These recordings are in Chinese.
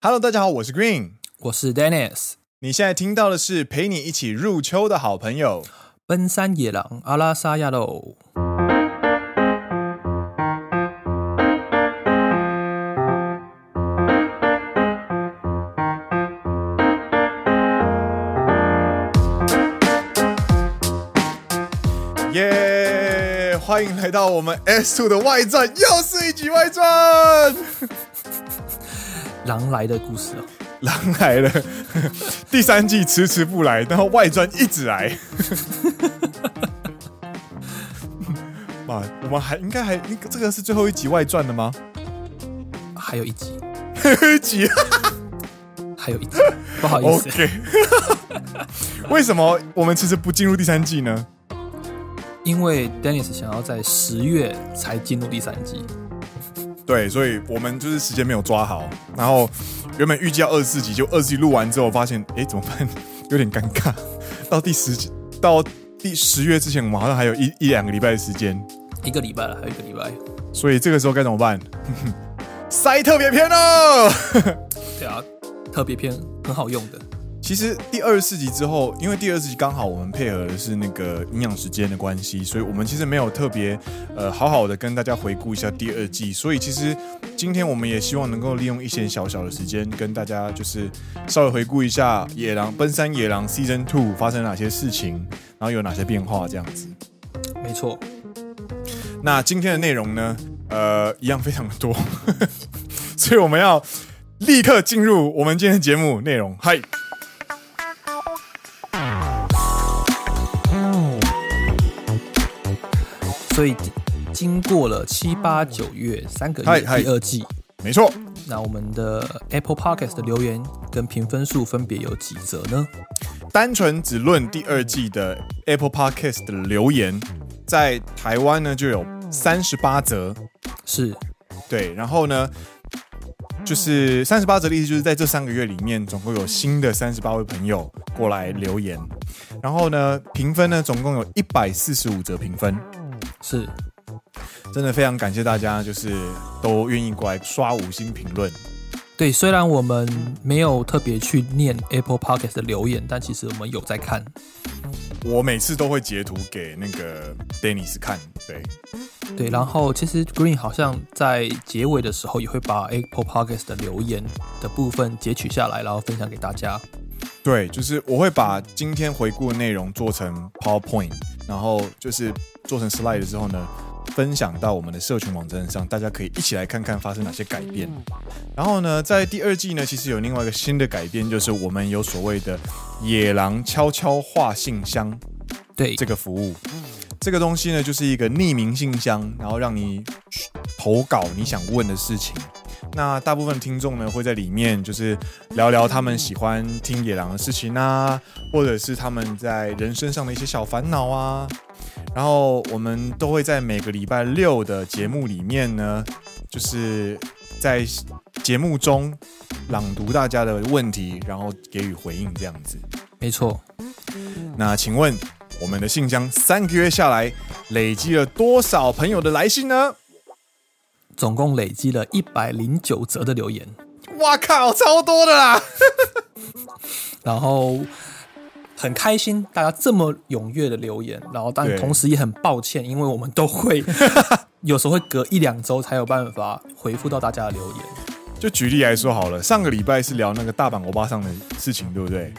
Hello，大家好，我是 Green。我是 Dennis。你现在听到的是陪你一起入秋的好朋友。奔山野狼阿拉萨亚喽，耶、欢迎来到我们 S Two 的外传，又是一集外传。狼来的故事哦。狼来了， 第三季迟迟不来，然后外传一直来。 妈，我们还应该还那个这个是最后一集外传的吗？ 还有一集，一集啊还有一 集，不好意思， OK。为什么我们迟迟不进入第三季呢？因为 Dennis 想要在十月才进入第三季，对，所以我们就是时间没有抓好，然后原本预计要二十四集，就二十集录完之后发现，哎，怎么办？有点尴尬。到第十集，到第十月之前，我们好像还有一一两个礼拜的时间，一个礼拜了，还有一个礼拜。所以这个时候该怎么办？ 塞特别篇哦 喽！对啊，特别篇很好用的。其实第二十四集之后，因为第二十集刚好我们配合的是那个营养时间的关系，所以我们其实没有特别呃好好的跟大家回顾一下第二季。所以其实今天我们也希望能够利用一些小小的时间，跟大家就是稍微回顾一下《野狼奔山野狼》Season Two 发生了哪些事情，然后有哪些变化这样子。没错，那今天的内容呢，呃，一样非常的多， 所以我们要立刻进入我们今天的节目内容。嗨，所以经过了七八九月三个嗨月嗨第二季，没错。那我们的 Apple Podcast 的留言跟评分数分别有几则呢？单纯只论第二季的 Apple Podcast 的留言，在台湾呢就有三十八则，是对，然后呢，就是三十八则的意思就是在这三个月里面，总共有新的三十八位朋友过来留言，然后呢，评分呢总共有一百四十五则评分，是，真的非常感谢大家，就是都愿意过来刷五星评论，对，虽然我们没有特别去念 Apple Podcast 的留言，但其实我们有在看。我每次都会截图给那个 Dennis 看，对，对，然后其实 Green 好像在结尾的时候也会把 Apple Podcast 的留言的部分截取下来，然后分享给大家。对，就是我会把今天回顾的内容做成 PowerPoint，然后就是做成 slide 之后呢，分享到我们的社群网站上，大家可以一起来看看发生哪些改变。然后呢，在第二季呢，其实有另外一个新的改变，就是我们有所谓的“野狼悄悄话信箱”对，这个服务。这个东西呢，就是一个匿名信箱，然后让你投稿你想问的事情。那大部分听众呢会在里面就是聊聊他们喜欢听野狼的事情啊，或者是他们在人生上的一些小烦恼啊。然后我们都会在每个礼拜六的节目里面呢，就是在节目中朗读大家的问题，然后给予回应这样子。没错，那请问我们的信箱三个月下来，累积了多少朋友的来信呢？总共累积了一百零九则的留言，哇靠，超多的啦！然后很开心大家这么踊跃的留言，然后但对同时也很抱歉，因为我们都会 有时候会隔一两周才有办法回复到大家的留言。就举例来说好了，上个礼拜是聊那个大阪欧巴桑的事情，对不对？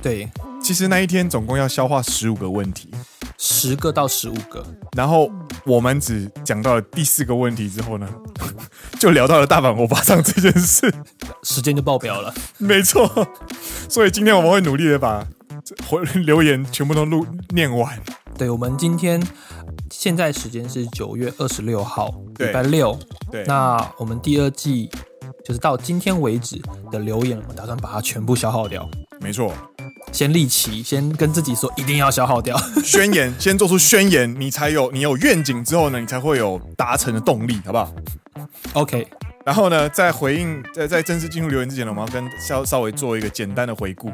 对，其实那一天总共要消化十五个问题，十个到十五个，然后我们只讲到了第四个问题之后呢， 就聊到了大阪欧巴桑这件事。时间就爆表了。没错，所以今天我们会努力的把这 回留言全部都录念完。对，我们今天现在时间是九月二十六号，对礼拜六。对，那我们第二季就是到今天为止的留言，我们打算把它全部消耗掉。没错，先立旗，先跟自己说一定要消耗掉。 宣言， 先做出宣言，你才有你有愿景之后呢，你才会有达成的动力，好不好？ OK，然后呢，在回应在在正式进入留言之前呢，我们要跟稍稍微做一个简单的回顾。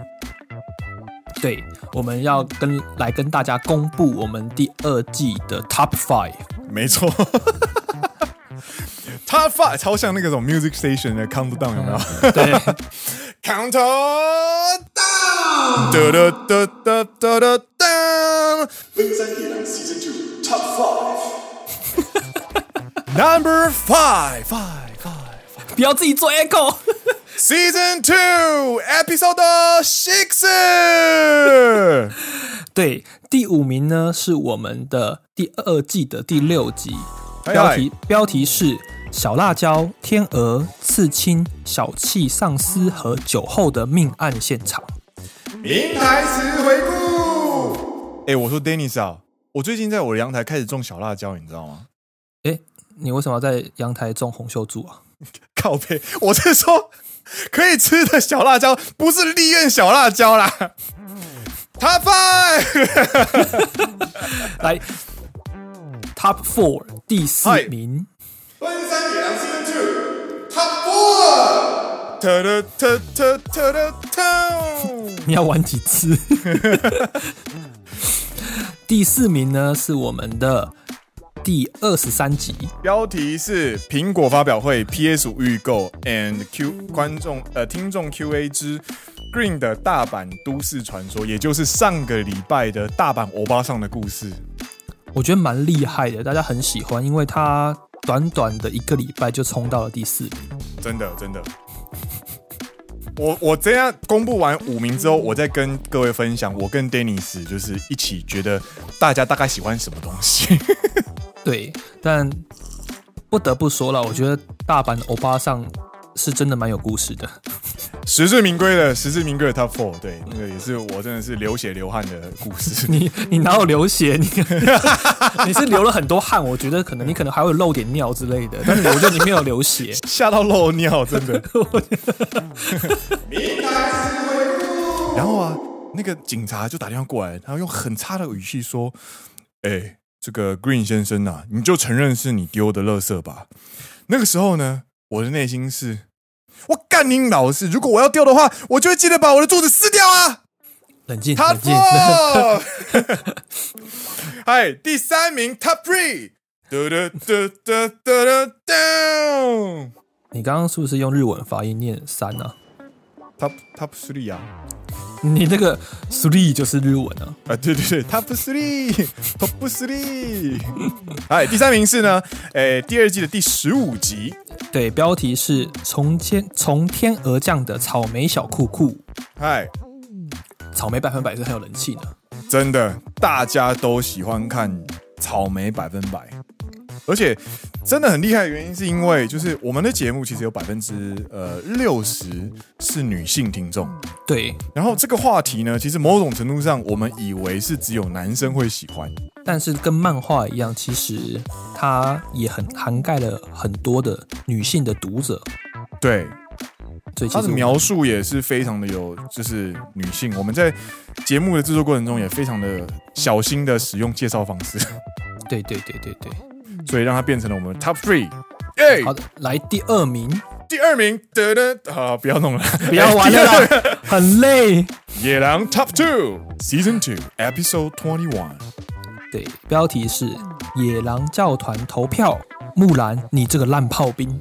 对，我们要跟来跟大家公布 我们第二季的 Top Five。没错，Top Hot Five 超像那个种 Music Station 的 Countdown 有没有 对， ？Countdown，哒哒哒哒哒哒哒 Vincent Healing Season 2, Top 5. ，Number Five Five Five。不要自己做 echo。 Season Two Episode Six，对，第五名呢是我们的第二季的第六集，哎标题标题是“小辣椒、天鹅、刺青、小气丧尸和酒后的命案现场名台词回顾。哎、我说 Dennis 啊，我最近在我的阳台开始种小辣椒，你知道吗？”。诶，你为什么要在阳台种红袖柱啊？靠背，我是说可以吃的小辣椒，不是利苑小辣椒啦。Top five，来，Top Four 第四嗨名， Vincent Healing Season 2, Top 4. 特特特特特特你要玩几次？第四名呢是我们的第二十三集，标题是苹果发表会 PS 五预购 and Q 观众呃听众 Q&A 之 Green 的大阪都市传说，也就是上个礼拜的大阪欧巴桑的故事。我觉得蛮厉害的，大家很喜欢，因为它短短的一个礼拜就冲到了第四名。真的真的。我我这样公布完五名之后，我再跟各位分享，我跟 Dennis 就是一起觉得大家大概喜欢什么东西。 对，但不得不说了，我觉得大阪欧巴上是真的蛮有故事的。实至名归的，实至名归的 Top Four，对，那个也是我真的是流血流汗的故事。 你你哪有流血？你 你是流了很多汗，我觉得可能你可能还会漏点尿之类的，但是我觉得你没有流血。吓到漏尿，真的。 然后啊，那个警察就打电话过来，然后用很差的语气说：“哎、这个 Green 先生呐、你就承认是你丢的垃圾吧。”那个时候呢，我的内心是：我干你老师！如果我要丢的话，我就会记得把我的柱子撕掉啊！ 冷静， Top 冷 静。Four，嗨，第三名 Top Three，嘟嘟嘟嘟嘟嘟嘟。 你刚刚是不是用日文发音念三啊？ Top Top Three 啊，你那个 three 就是日文啊。啊，对对对，Top Three，Top Three。哎， 第三名是呢，哎，第二季的第十五集，对，标题是从天从天而降的草莓小酷酷，哎，草莓百分百是很有人气的。真的大家都喜欢看草莓百分百，而且真的很厉害的原因是因为就是我们的节目其实有百分之呃六十是女性听众，对，然后这个话题呢，其实某种程度上我们以为是只有男生会喜欢，但是跟漫画一样，其实它也很涵盖了很多的女性的读者，对，所以其他的实描述也是非常的有，就是女性。我们在节目的制作过程中也非常的小心的使用介绍方式，对对对对对。所以让它变成了我们 top three。耶、嗯好的，来第二名，第二名，得得，啊，不要弄了， 不要玩了啦，很累。野狼 top two season two episode twenty one。对，标题是野狼教团投票，木兰你这个烂炮兵。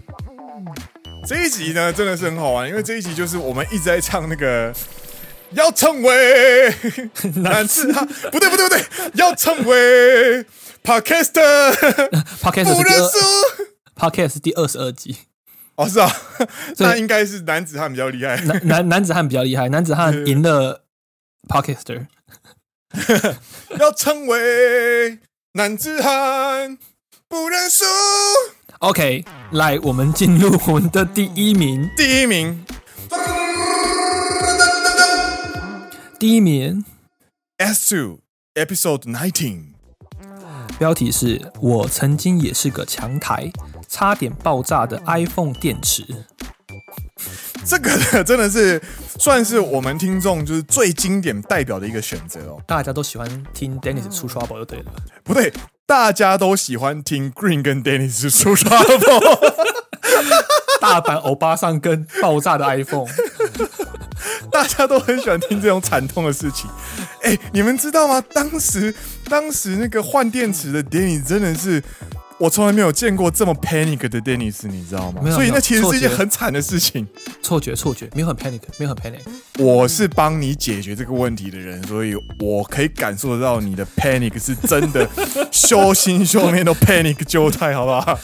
这一集呢，真的是很好玩，因为这一集就是我们一直在唱那个。要成 为难是他，不对不对不对，要成为 哎 podcaster， Podcast 不是第认二输。 ，Podcast 是第二十二集。哦，是啊，所以那应该是男子汉比较厉害。男男男子汉比较厉害，男子汉赢了 Podcaster。要成为男子汉，不认输。 OK，来，我们进入我们的第一名。第一名第一名，S Two Episode Nineteen，标题是“我曾经也是个强台，差点爆炸的 iPhone 电池这个真的是算是我们听众就是最经典代表的一个选择哦”。。大家都喜欢听 Dennis 出 trouble 就对了。不对，大家都喜欢听 Green 跟 Dennis 说 trouble，大阪欧巴桑跟爆炸的 iPhone，大家都很喜欢听这种惨痛的事情。 哎，你们知道吗？当时当时那个换电池的 Dennis 真的是我从来没有见过这么 panic 的 Dennis，你知道吗没？有所以没那有其实是一件错觉很惨的事情。错觉错觉，没有很 panic，没有很 panic。我是帮你解决这个问题的人，所以我可以感受得到你的 panic 是真 的，修心修面都 panic 纠态，好不好？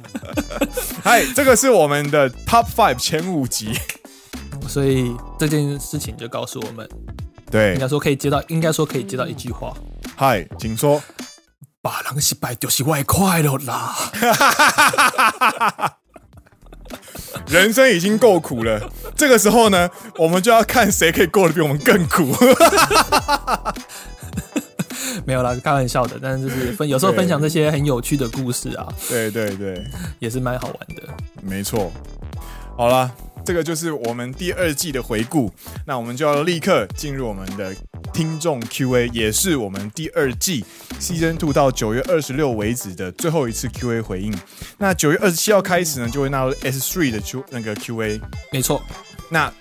嗨，这个是我们的 top five 前五集，所以这件事情就告诉我们，对应该，说可以接到，应该说可以接到一句话：嗨，请说。把狼洗白就是外快了啦。人生已经够苦了，这个时候呢，我们就要看谁可以过得比我们更苦。没有啦，开玩笑的。但是就是分有时候对分享这些很有趣的故事啊，对对对，也是蛮好玩的。没错。好啦，这个就是我们第二季的回顾。那我们就要立刻进入我们的听众 Q&A，也是我们第二季 Season Two 到九月二十六为止的最后一次 Q&A 回应。那九月二十七号开始呢，就会纳入 S Three 的 Q 那个 Q&A。没错，那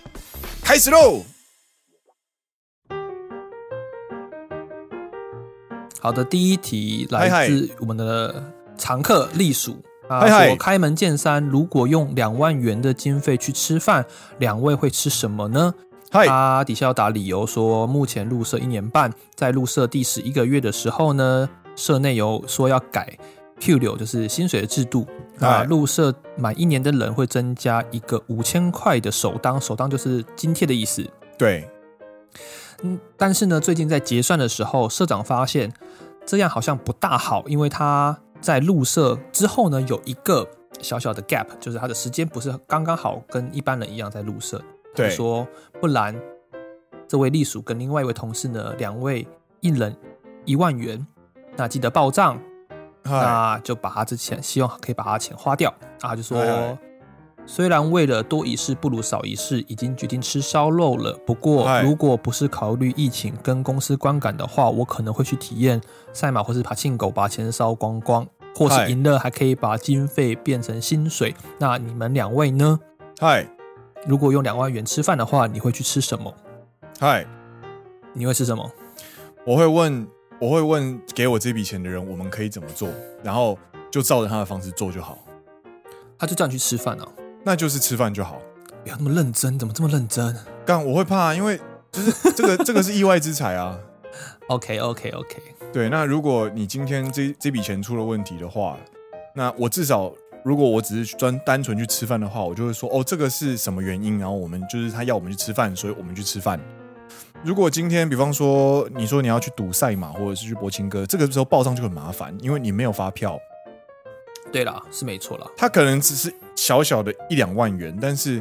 开始喽！好的，第一题来嗨自我们的常客隶属。啊，嗨嗨说开门见山，如果用两万元的经费去吃饭，两位会吃什么呢？嗨，他底下要打理由说，目前入社一年半，在入社第十一个月的时候呢，社内有说要改 Q 流，就是薪水的制度。那哎入社满一年的人会增加一个五千块的首当，首当就是津贴的意思。对，嗯，但是呢，最近在结算的时候，社长发现这样好像不大好，因为他在入社之后呢，有一个小小的 gap，就是他的时间不是刚刚好跟一般人一样在入社。他对说不然这位隶属跟另外一位同事呢，两位一人一万元，那记得报账，嗨，那就把他之前希望可以把他钱花掉。那他就说哎哎，虽然为了多一事不如少一事，已经决定吃烧肉了，不过哎如果不是考虑疫情跟公司观感的话，我可能会去体验赛马或是爬庆狗，把钱烧光光，或哎是赢了还可以把经费变成薪水。那你们两位呢？嗨，如果用两万元吃饭的话，你会去吃什么？嗨，你会吃什么？我会问，我会问给我这笔钱的人，我们可以怎么做，然后就照着他的方式做就好，他就叫你去吃饭啊！那就是吃饭就好。不要那么认真，怎么这么认真干，我会怕，啊因为就是这个这个是意外之财啊。 ？OK OK OK，对，那如果你今天这这笔钱出了问题的话，那我至少如果我只是专单纯去吃饭的话，我就会说哦，这个是什么原因，然后我们就是他要我们去吃饭，所以我们去吃饭。如果今天，比方说你说你要去赌赛马或者是去博青哥，这个时候报账就很麻烦，因为你没有发票，对啦，是没错啦。它可能只是小小的一两万元，但是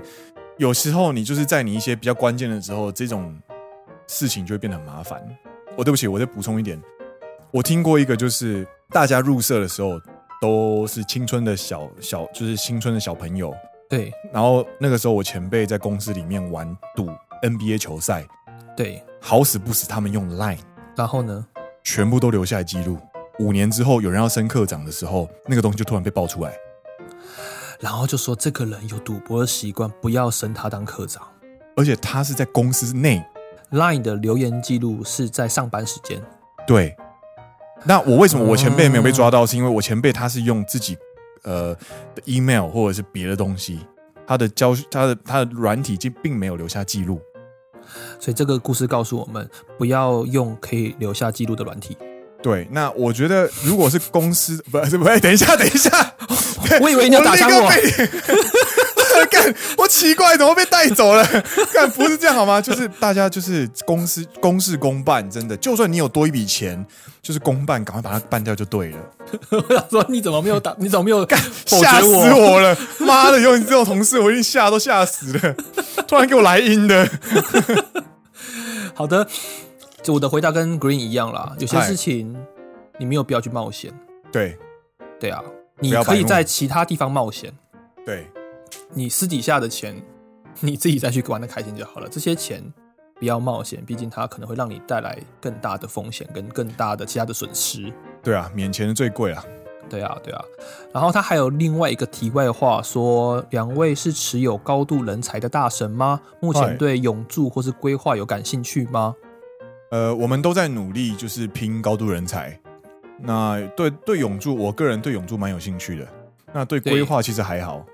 有时候你就是在你一些比较关键的时候，这种事情就会变得很麻烦。我、对不起，我再补充一点，我听过一个就是大家入社的时候都是青春的小小，就是青春的小朋友，对然后那个时候我前辈在公司里面玩赌 NBA 球赛，对，好死不死他们用 Line 然后呢？全部都留下来记录。五年之后，有人要升课长的时候，那个东西就突然被爆出来。然后就说这个人有赌博的习惯，不要升他当科长。而且他是在公司内 Line 的留言记录是在上班时间，对，那我为什么我前辈没有哦被抓到？是因为我前辈他是用自己呃的 email 或者是别的东西，他的教他的他的软体并并没有留下记录。所以这个故事告诉我们，不要用可以留下记录的软体。 对，那我觉得如果是公司， 不是不是，等一下，等一下， 我以为你要打枪我我立刻被 干，我奇怪，怎么被带走了？ 干，不是这样好吗？就是大家就是公司公事公办，真的，就算你有多一笔钱，就是公办，赶快把它办掉就对了。我想说，你怎么没 有打？你怎么没有否吓决死我？我了！妈的，有你这种同事，我一定吓都吓死了。 突然给我来阴的，好的，就我的回答跟 Green 一样啦。有些嗨事情你没有必要去冒险，对对啊，你不要可以白目在其他地方冒险，对你私底下的钱你自己再去玩的开心就好了。这些钱不要冒险，毕竟它可能会让你带来更大的风险跟更大的其他的损失。对啊，免钱的最贵啊。对啊，对啊。然后他还有另外一个题外话说，两位是持有高度人才的大神吗？目嗨前对永驻或是规划有感兴趣吗？呃，我们都在努力，就是拼高度人才。那对对永驻，我个人对永驻蛮有兴趣的。那对对规划其实还好，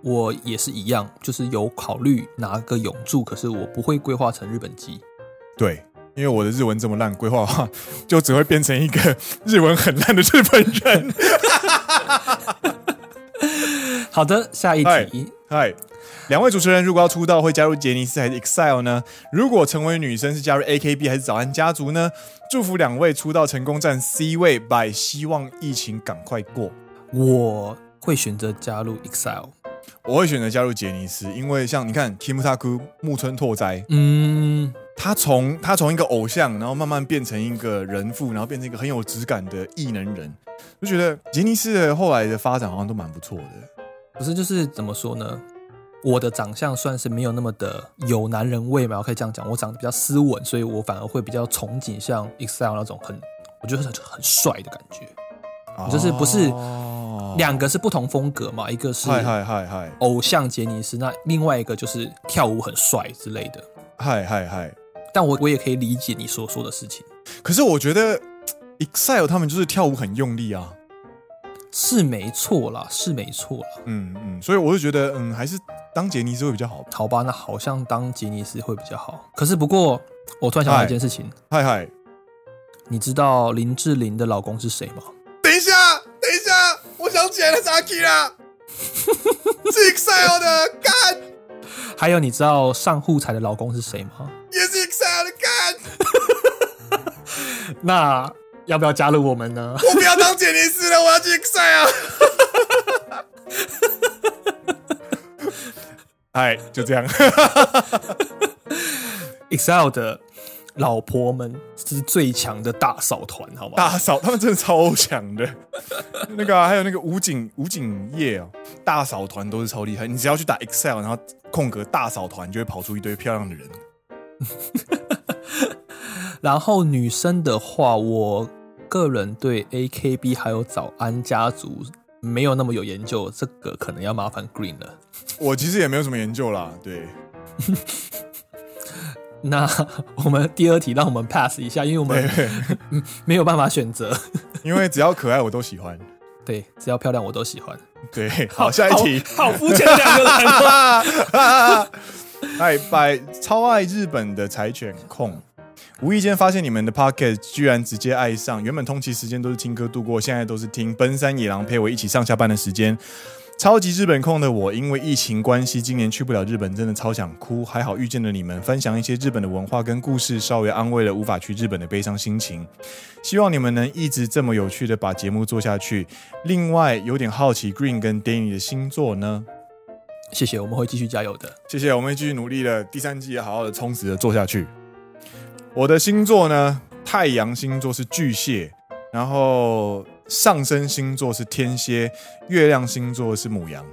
我也是一样，就是有考虑拿个永驻，可是我不会规划成日本籍。对，因为我的日文这么烂，规划的话就只会变成一个日文很烂的日本人。好的，下一嗨题。嗨，两位主持人如果要出道，会加入杰尼斯还是 EXILE 呢？如果成为女生，是加入 AKB 还是早安家族呢？祝福两位出道成功，占 C 位，by 希望疫情赶快过。我会选择加入 Excel。我会选择加入杰尼斯，因为像你看 Kim Taku 木村拓哉，嗯，他从他从一个偶像，然后慢慢变成一个人父，然后变成一个很有质感的艺能人，就觉得杰尼斯的后来的发展好像都蛮不错的。可是就是怎么说呢？我的长相算是没有那么的有男人味嘛，我可以这样讲。我长得比较斯文，所以我反而会比较憧憬像 Excel 那种很，我觉得很很帅的感觉。就是不是哦两个是不同风格嘛，一个是嗨嗨嗨嗨偶像杰尼斯，那另外一个就是跳舞很帅之类的。嗨嗨嗨。但我我也可以理解你所说的事情，可是我觉得 Excel 他们就是跳舞很用力啊，是没错啦，是没错啦。嗯嗯，所以我就觉得嗯，还是当杰尼斯会比较好。好吧，那好像当杰尼斯会比较好。可是不过，我突然想到一件事情，嗨嗨，你知道林志玲的老公是谁吗？等一下，等一下，我想起来了，是阿 K 啦， 是 Excel 的，干还有，你知道上户彩的老公是谁吗？ 也是 Excel 的，干。那要不要加入我们呢？ 我不要当杰尼斯了，我要去 Excel。哎，就这样。 Excel 的老婆们是最强的大嫂团，好吗？大嫂他们真的超强的，那个啊、还有那个武警武警业哦，大嫂团都是超厉害。你只要去打 Excel，然后空格大嫂团，就会跑出一堆漂亮的人。然后女生的话，我个人对 AKB 还有早安家族没有那么有研究，这个可能要麻烦 Green 了。 我其实也没有什么研究啦，对，那我们第二题，让我们 pass 一下，因为我们没有办法选择。 因为只要可爱我都喜欢。对，只要漂亮我都喜欢。对，好，下一题。好肤浅的两个人哦。 爱拜超爱日本的柴犬控，无意间发现你们的 Pocket 居然直接爱上，原本通勤时间都是听歌度过，现在都是听奔山野狼陪我一起上下班的时间。超级日本控的我，因为疫情关系，今年去不了日本，真的超想哭。还好遇见了你们，分享一些日本的文化跟故事，稍微安慰了无法去日本的悲伤心情。希望你们能一直这么有趣的把节目做下去。另外，有点好奇 Green 跟 Danny 的星座呢？谢谢，我们会继续加油的。谢谢，我们会继续努力的，第三季也好好的充实的做下去。我的星座呢，太阳星座是巨蟹，然后上升星座是天蝎，月亮星座是母羊。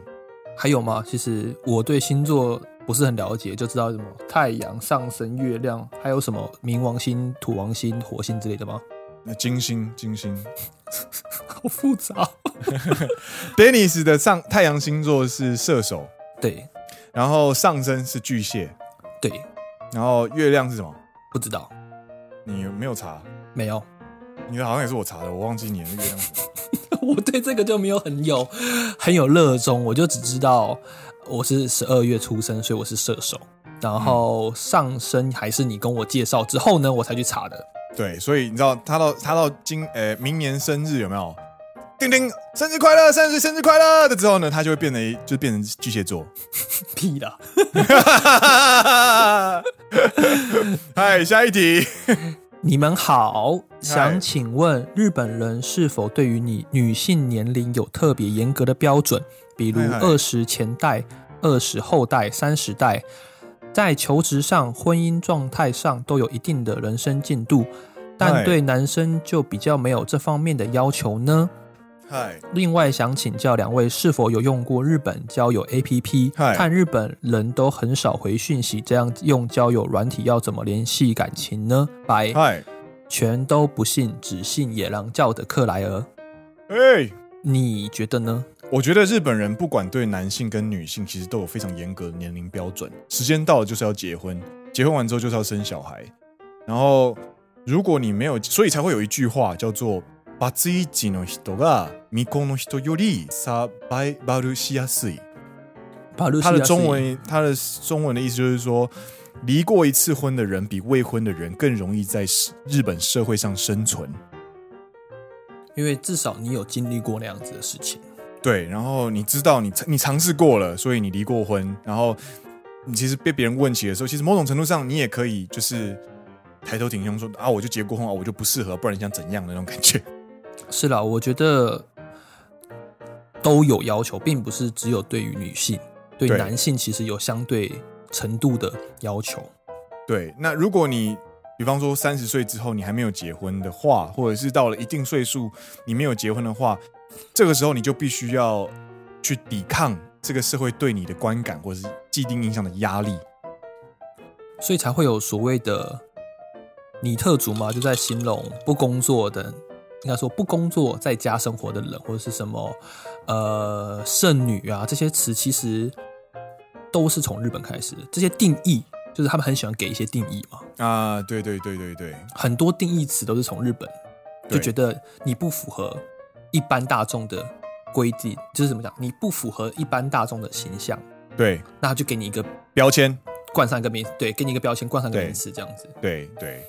还有吗？其实我对星座不是很了解，就知道什么太阳、上升、月亮，还有什么冥王星、土王星、火星之类的吗？那金星，金星 好复杂。 ，Dennis 的上太阳星座是射手，对然后上升是巨蟹，对，然后月亮是什么？不知道，你没有查，没有， 你的好像也是我查的，我忘记你的月亮什么。我对这个就没有很有很有热衷，我就只知道我是十二月出生，所以我是射手。然后上升还是你跟我介绍之后呢，我才去查的。对，所以你知道他到他到今呃明年生日有没有？叮叮，生日快乐，生日生日快乐的之后呢，他就会变得就变成巨蟹座。 屁啦！嗨，下一题，你们好，嗨想请问日本人是否对于你女性年龄有特别严格的标准，比如嗨嗨二十前代、二十后代、三十代，在求职上、婚姻状态上都有一定的人生进度，嗨但对男生就比较没有这方面的要求呢？嗨，另外，想请教两位是否有用过日本交友 APP？嗨看日本人都很少回讯息，这样用交友软体要怎么联系感情呢？拜。嗨，全都不信，只信野狼教的克莱尔，哎，你觉得呢？我觉得日本人不管对男性跟女性，其实都有非常严格的年龄标准，时间到了就是要结婚，结婚完之后就是要生小孩，然后如果你没有，所以才会有一句话叫做バツイチの人が未婚の人よりサバイバルしやすい。把路西他亚的是中文，他的中文的意思就是说，离过一次婚的人比未婚的人更容易在世日本社会上生存。因为至少你有经历过那样子的事情。对，然后你知道你你尝试过了，所以你离过婚，然后你其实被别人问起的时候，其实某种程度上你也可以就是抬头挺胸说啊，我就结过婚啊，我就不适合，不然你想怎样的那种感觉。是啦，我觉得都有要求，并不是只有对于女性，对对男性其实有相对程度的要求。对，那如果你比方说三十岁之后你还没有结婚的话，或者是到了一定岁数你没有结婚的话，这个时候你就必须要去抵抗这个社会对你的观感或者是既定印象的压力。所以才会有所谓的尼特族嘛，就在形容不工作的，应该说不工作在家生活的人，或者是什么呃剩女啊这些词，其实都是从日本开始的。这些定义就是他们很喜欢给一些定义嘛，啊，对对对对对，很多定义词都是从日本，就对觉得你不符合一般大众的规定，就是怎么讲，你不符合一般大众的形象，对那他就给你一个标签，冠上一个名，对，给你一个标签，冠上一个对名词这样子。对对，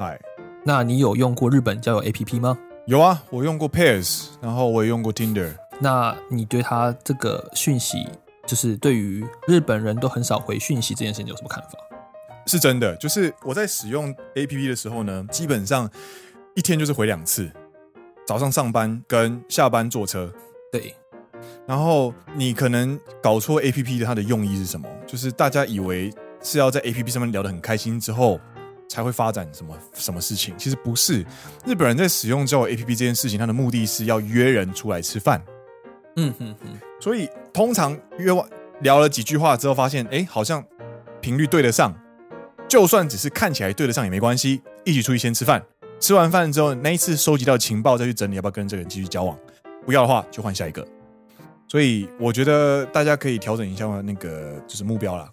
哎，那你有用过日本交友 APP 吗？有啊，我用过 Pairs，然后我也用过 Tinder。那你对他这个讯息，就是对于日本人都很少回讯息这件事情有什么看法？是真的，就是我在使用 A P P 的时候呢，基本上一天就是回两次，早上上班跟下班坐车。对，然后你可能搞错 A P P 的它的用意是什么，就是大家以为是要在 A P P 上面聊得很开心之后才会发展什么什么事情，其实不是。日本人在使用交友 A P P 这件事情，它的目的是要约人出来吃饭，嗯哼哼，所以通常约完聊了几句话之后，发现哎、诶好像频率对得上，就算只是看起来对得上也没关系，一起出去先吃饭。吃完饭之后，那一次收集到情报再去整理要不要跟这个人继续交往，不要的话就换下一个。所以我觉得大家可以调整一下那个就是目标啦。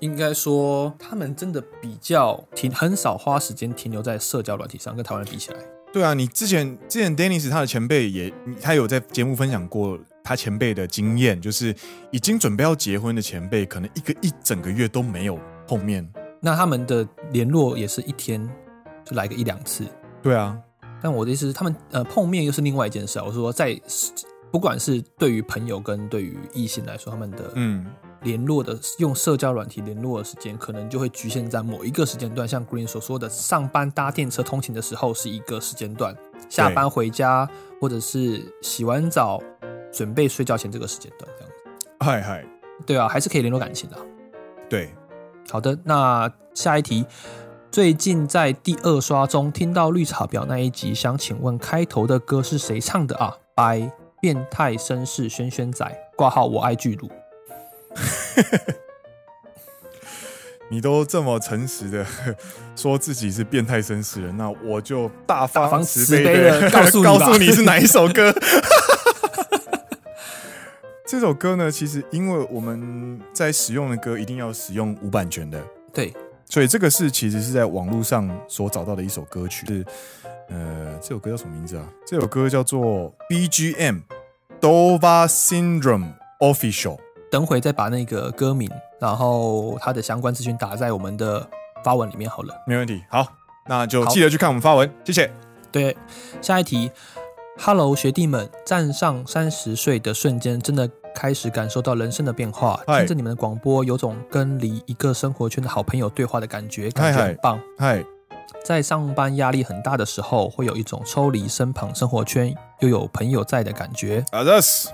应该说他们真的比较停，很少花时间停留在社交软体上，跟台湾人比起来，对啊，你之前之前 Dennis 他的前辈也他有在节目分享过他前辈的经验，就是已经准备要结婚的前辈，可能一个一整个月都没有碰面。那他们的联络也是一天就来个一两次。对啊，但我的意思是，他们呃碰面又是另外一件事啊。我说在不管是对于朋友跟对于异性来说，他们的嗯，联络的用社交软体联络的时间，可能就会局限在某一个时间段。像 Green 所说的，上班搭电车通勤的时候是一个时间段，下班回家或者是洗完澡准备睡觉前这个时间段，这样子。嗨嗨，对啊，还是可以联络感情的啊、对，好的，那下一题。最近在第二刷中听到绿茶婊那一集，想请问开头的歌是谁唱的啊？拜变态绅士轩轩仔，挂号我爱巨乳。你都这么诚实的 说自己是变态绅士了，那我就大大方方慈慈悲悲地的告诉你 吧告诉你是哪一首歌。 这首歌呢，其实因为我们在使用的歌一定要使用无版权的，对，所以这个是其实是在网络上所找到的一首歌曲，是呃，这首歌叫什么名字啊？这首歌叫做 BGM Dover Syndrome Official。等会再把那个歌名，然后它的相关资讯打在我们的发文里面好了。没问题。好，那就好记得去看我们发文，谢谢。对，下一题，Hello 学弟们，站上三十岁的瞬间，真的开始感受到人生的变化。嗨听着你们的广播，有种跟离一个生活圈的好朋友对话的感觉，感觉嗨很棒。嗨，在上班压力很大的时候，会有一种抽离身旁生活圈又有朋友在的感觉。阿 s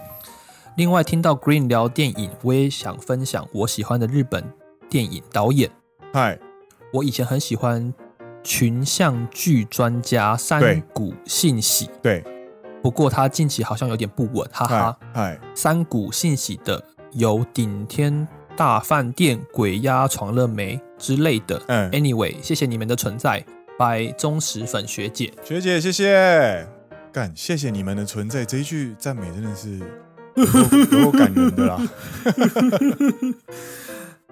另外，听到 Green 聊电影，我也想分享我喜欢的日本电影导演。嗨，我以前很喜欢群像剧专家山对谷信喜，对，不过他近期好像有点不稳，哈嗨哈。嗨，山谷信喜的有《顶天大饭店》《鬼压床了没》之类的。嗯， Anyway，谢谢你们的存在，拜忠实粉学姐。学姐，谢谢，干，谢谢你们的存在，这一句赞美真的是有够有够感人的啦。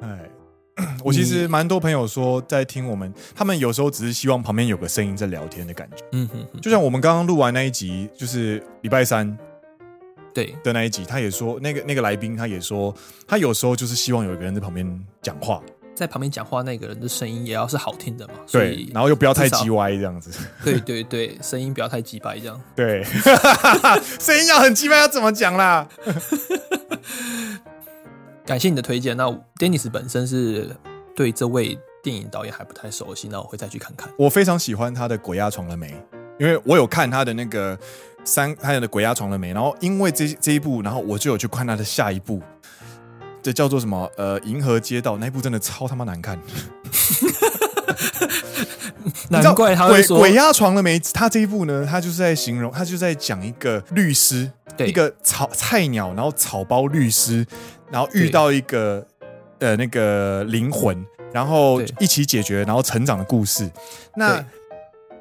哎， 我其实蛮多朋友说，在听我们，他们有时候只是希望旁边有个声音在聊天的感觉。嗯哼哼，就像我们刚刚录完那一集，就是礼拜三对，的那一集，他也说，那个那个来宾他也说，他有时候就是希望有一个人在旁边讲话，在旁边讲话那个人的声音也要是好听的嘛，所对以，然后又不要太至少叽歪这样子， 对对对，声音不要太鸡掰这样。对， 声音要很鸡歪，要怎么讲啦？感谢你的推荐。那 Dennis 本身是对这位电影导演还不太熟悉，那我会再去看看。我非常喜欢他的《鬼压床了没》，因为我有看他的那个三，他的《鬼压床了没》，然后因为这这一部，然后我就有去看他的下一部，这叫做什么？呃，《银河街道》那一部真的超他妈难看，你知道难怪他会说鬼鬼压床了没？他这一部呢，他就是在形容，他就在讲一个律师，对一个草菜鸟，然后草包律师，然后遇对到一个呃那个灵魂，然后对一起解决，然后成长的故事。那对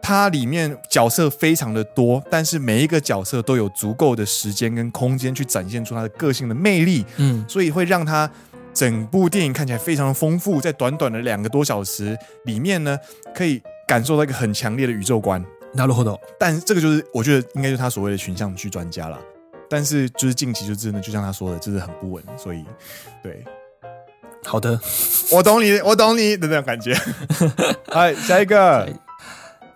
它里面角色非常的多，但是每一个角色都有足够的时间跟空间去展现出他的个性的魅力，嗯，所以会让他整部电影看起来非常的丰富。在短短的两个多小时里面呢，可以感受到一个很强烈的宇宙观。なるほど。但这个就是我觉得应该就是他所谓的群像剧专家啦。但是就是近期就真的就像他说的，就是很不稳，所以对好的，我懂你，我懂你的那种感觉。哎，下一个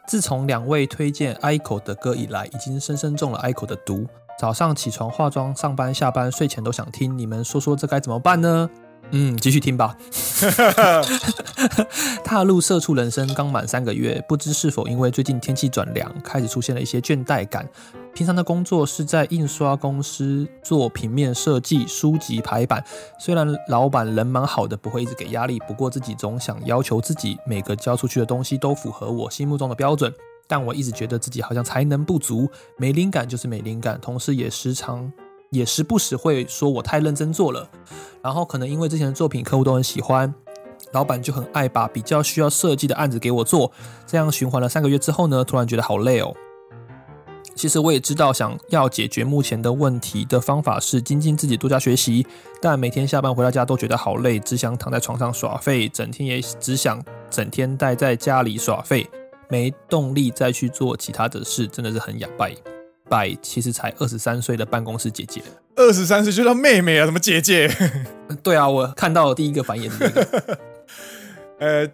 自从两位推荐 Ico 的歌以来，已经深深中了 Ico 的毒。早上起床、化妆、上班、下班、睡前都想听，你们说说这该怎么办呢？嗯，继续听吧。踏入社畜人生刚满三个月，不知是否因为最近天气转凉，开始出现了一些倦怠感。平常的工作是在印刷公司做平面设计、书籍排版，虽然老板人蛮好的，不会一直给压力，不过自己总想要求自己每个交出去的东西都符合我心目中的标准。但我一直觉得自己好像才能不足，没灵感就是没灵感，同时也时常也时不时会说我太认真做了。然后可能因为之前的作品客户都很喜欢，老板就很爱把比较需要设计的案子给我做。这样循环了三个月之后呢，突然觉得好累哦。其实我也知道，想要解决目前的问题的方法是精进自己，多加学习。但每天下班回到家都觉得好累，只想躺在床上耍废，整天也只想整天待在家里耍废，没动力再去做其他的事，真的是很哑巴。拜，其实才二十三岁的办公室姐姐。二十三岁就叫妹妹啊，什么姐姐？ 对啊，我看到的第一个反应也是这个呃，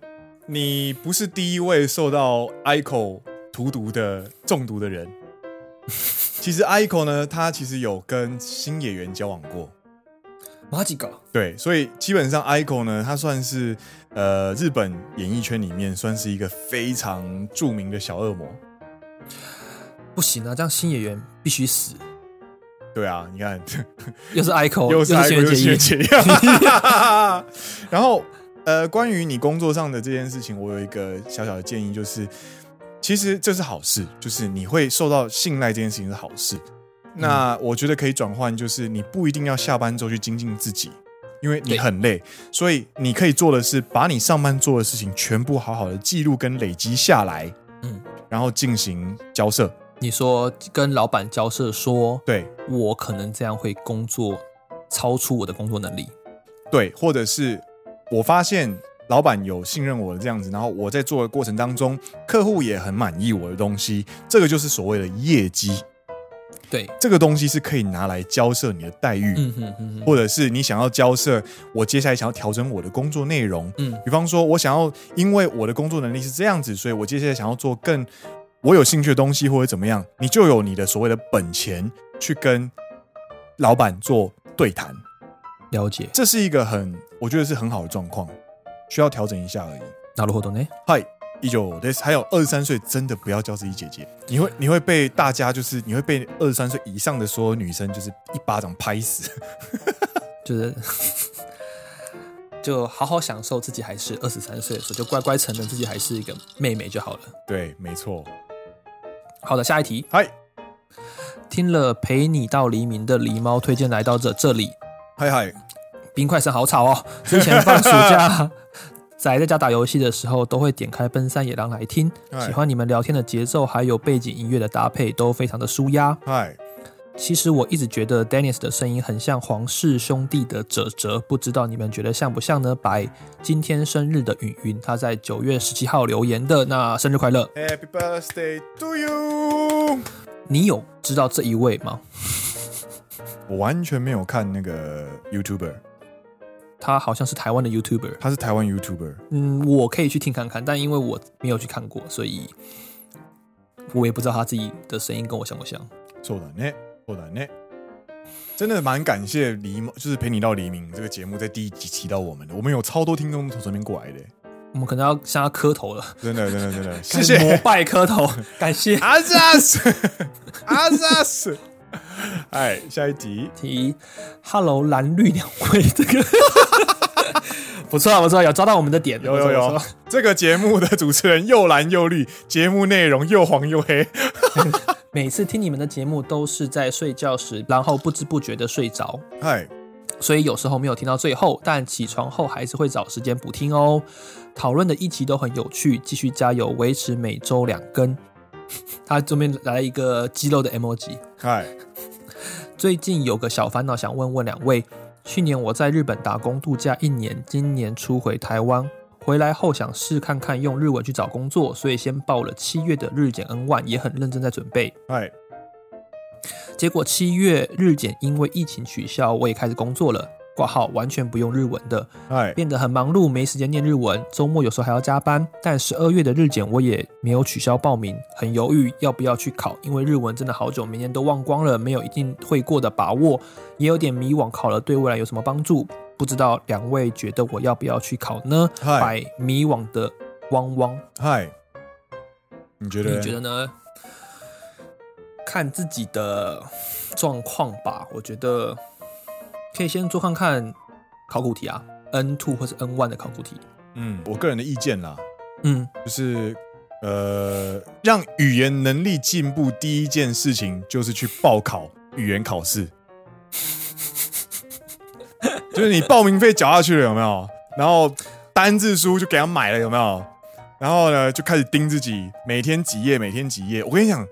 你不是第一位受到 ICO 荼毒的中毒的人。其实 ICO 呢，他其实有跟新演员交往过，马吉狗，对，所以基本上 ICO 呢，他算是呃日本演艺圈里面算是一个非常著名的小恶魔。不行啊，这样新演员必须死，对啊，你看，哦又是 Ico，又是是 ICO 新又人是结衣，新 人然后呃，关于你工作上的这件事情，我有一个小小的建议，就是其实这是好事，就是你会受到信赖这件事情是好事。嗯那我觉得可以转换，就是你不一定要下班之后去精进自己，因为你对很累，所以你可以做的是把你上班做的事情全部好好的记录跟累积下来，嗯，然后进行交涉。你说跟老板交涉说，对，我可能这样会工作超出我的工作能力，对，或者是我发现老板有信任我的这样子，然后我在做的过程当中，客户也很满意我的东西，这个就是所谓的业绩。对，这个东西是可以拿来交涉你的待遇，嗯哼嗯哼，或者是你想要交涉我接下来想要调整我的工作内容，嗯，比方说我想要因为我的工作能力是这样子，所以我接下来想要做更我有兴趣的东西或者怎么样，你就有你的所谓的本钱去跟老板做对谈。了解，这是一个很，我觉得是很好的状况，需要调整一下而已。なるほどね。嗨，一九 this，还有二十三岁，真的不要叫自己姐姐，你会你会被大家就是你会被二十三岁以上的所有女生就是一巴掌拍死。就是就好好享受自己还是二十三岁的时候，就乖乖承认自己还是一个妹妹就好了。对，没错。好的，下一题。嗨听了陪你到黎明的狸猫推荐来到这这里，嗨嗨，冰块声好吵哦！之前放暑假宅在家打游戏的时候，都会点开《奔山野狼》来听，哎喜欢你们聊天的节奏，还有背景音乐的搭配，都非常的舒压。嗨，其实我一直觉得 Dennis 的声音很像黄氏兄弟的哲哲，不知道你们觉得像不像呢？白今天生日的云云，他在九月十七号留言的，那生日快乐！ Happy birthday to you！你有知道这一位吗？我完全没有看那个 YouTuber，他好像是台湾的 YouTuber，他是台湾 YouTuber，嗯，我可以去听看看，但因为我没有去看过，所以我也不知道他自己的声音跟我像不像。做的呢，做的呢。真的蛮感谢黎明，就是陪你到黎明这个节目在第一集提到我们的，我们有超多听众从这边过来的，我们可能要向他磕头了，真的真的真 的，谢开始膜谢拜磕头，感谢。阿扎 斯阿扎斯。哎，下一题，题 Hello 蓝绿两位，这个 不错啊，不错啊，有抓到我们的点，有不错有有，，这个节目的主持人又蓝又绿，节目内容又黄又黑，每次听你们的节目都是在睡觉时，然后不知不觉的睡着，哎，所以有时候没有听到最后，但起床后还是会找时间补听哦。讨论的一集都很有趣，继续加油，维持每周两更。 他这边来了一个肌肉的 emoji。嗨，最近有个小烦恼，想问问两位。去年我在日本打工度假一年，今年初回台湾，回来后想试看看用日文去找工作，所以先报了七月的日检 N one，也很认真在准备。嗨，结果七月日检因为疫情取消，我也开始工作了，挂号完全不用日文的，嗨，变得很忙碌，没时间念日文，周末有时候还要加班。但十二月的日检我也没有取消报名，很犹豫要不要去考，因为日文真的好久明年都忘光了，没有一定会过的把握，也有点迷惘，考了对未来有什么帮助？不知道两位觉得我要不要去考呢？嗨百迷惘的汪汪，嗨，你觉得？你觉得呢？看自己的状况吧，我觉得可以先做看看考古题啊，N two 或是 N one 的考古题。嗯，我个人的意见啦，嗯，就是呃，让语言能力进步，第一件事情就是去报考语言考试， 就是你报名费缴下去了有没有？然后单字书就给他买了有没有？然后呢，就开始盯自己每天几页，每天几页。我跟你讲，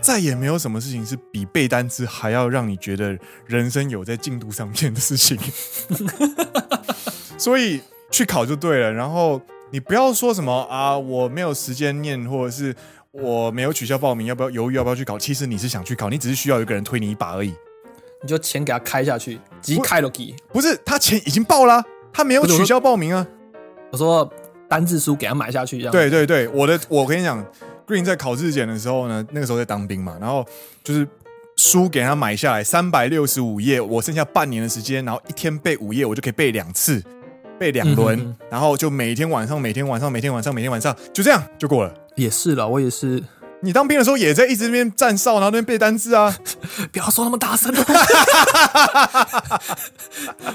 再也没有什么事情是比背单词还要让你觉得人生有在进度上面的事情。所以去考就对了。然后你不要说什么啊，我没有时间念，或者是我没有取消报名，要不要犹豫要不要去考？其实你是想去考，你只是需要有一个人推你一把而已。你就钱给他开下去，即开了给。不是他钱已经报啦、他没有取消报名啊。嗯我说单字书给他买下去，这样。，对对对，我的我跟你讲，Green 在考日检的时候呢，那个时候在当兵嘛，然后就是书给他买下来三百六十五页，我剩下半年的时间，然后一天背五页，我就可以背两次，背两轮，嗯哼然后就每天晚上每天晚上每天晚上每天晚上就这样就过了。也是了，我也是。你当兵的时候也在一直那边站哨，然后那边背单字啊，不要说那么大声了，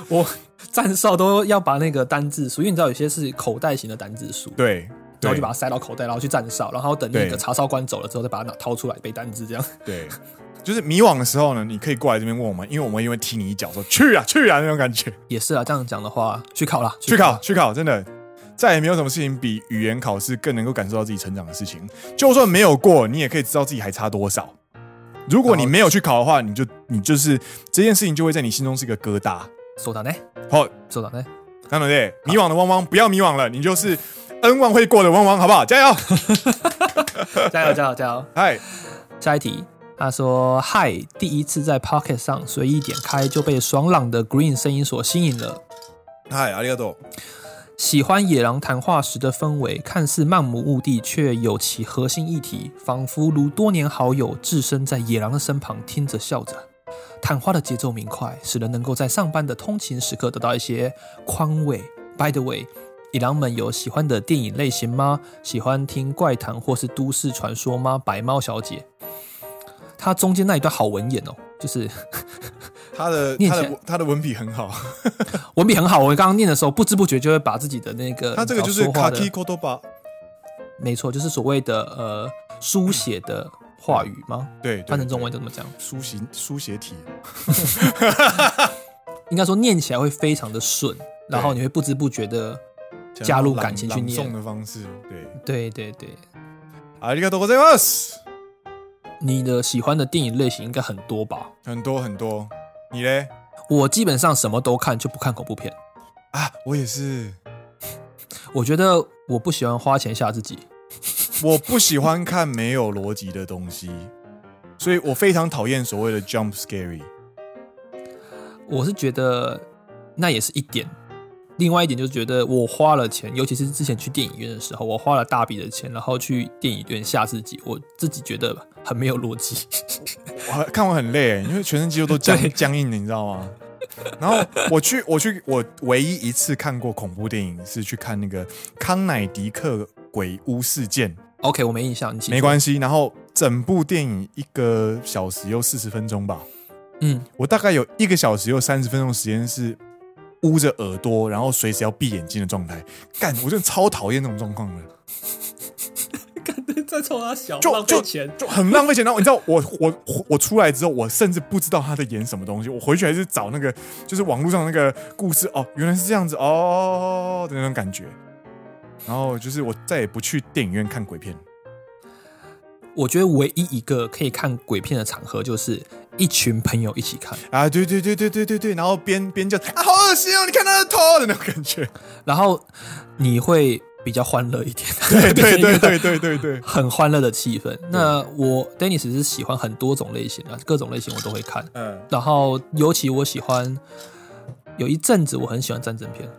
我站哨都要把那个单字书，因为你知道有些是口袋型的单字书， 对，然对后就把它塞到口袋，然后去站哨，然后等那对个查哨官走了之后再把它拿掏出来背单字，这样。对，就是迷惘的时候呢，你可以过来这边问我们，因为我们因为踢你一脚说去啊去啊那种感觉，也是啊，这样讲的话，去考啦， 去考去考，真的。再也没有什么事情比语言考试更能够感受到自己成长的事情。就算没有过，你也可以知道自己还差多少。如果你没有去考的话，你就你就是这件事情就会在你心中是一个疙瘩。收到呢，好，收到呢。那么对，迷惘的汪汪不要迷惘了，你就是 N 万会过的汪汪，好不好？加油！加油，加油，加油！嗨，下一题，他说：“嗨，第一次在 Pocket 上随意点开就被爽朗的 Green 声音所吸引了。嗨，阿里嘎多。喜欢野狼谈话时的氛围，看似漫无目的，却有其核心议题，仿佛如多年好友置身在野狼的身旁，听着笑着。谈话的节奏明快，使人能够在上班的通勤时刻得到一些宽慰。By the way，野狼们有喜欢的电影类型吗？喜欢听怪谈或是都市传说吗？白猫小姐，她中间那一段好文言哦，就是 他的念他起的来文他的文笔很好，文笔很好。我刚刚念的时候，不知不觉就会把自己的那个他这个你就知是道说卡话的 k i kotoba，没错，就是所谓的呃书写的话语吗？对，对翻成中文就怎么讲？书写书写体，应该说念起来会非常的顺，然后你会不知不觉的，加入感情去朗念朗诵的方式，对，对对对，ありがとうございます。你的喜欢的电影类型应该很多吧？很多很多。你嘞？我基本上什么都看，就不看恐怖片。啊，我也是，我觉得我不喜欢花钱吓自己。我不喜欢看没有逻辑的东西，所以我非常讨厌所谓的 jump scary。我是觉得那也是一点，另外一点就是觉得我花了钱，尤其是之前去电影院的时候，我花了大笔的钱，然后去电影院吓自己，我自己觉得很没有逻辑。 我看我很累，因为全身肌肉都僵对僵硬的，你知道吗？然后我去，我去，我唯一一次看过恐怖电影是去看那个康乃狄克鬼屋事件， OK，我没印象，你没关系。系。然后整部电影一个小时又四十分钟吧，嗯，我大概有一个小时又三十分钟的时间是捂着耳朵，然后随时要闭眼睛的状态。干，我真的超讨厌那种状况的。感 觉在冲他小就就就很浪费钱。然后你知道我我我我出来之后，我甚至不知道他在演什么东西。我回去还是找那个就是网络上那个故事哦，原来是这样子哦的那种感觉。然后就是我再也不去电影院看鬼片。我觉得唯一一个可以看鬼片的场合，就是一群朋友一起看，啊，对对对对对对对，然后边边叫啊，好恶心哦！你看他的头的那种感觉。然后你会比较欢乐一点。 对对对对对对对， 很欢乐的气氛。那我 Dennis 是喜欢很多种类型的，啊各种类型我都会看。嗯然后尤其我喜欢，有一阵子我很喜欢战争片，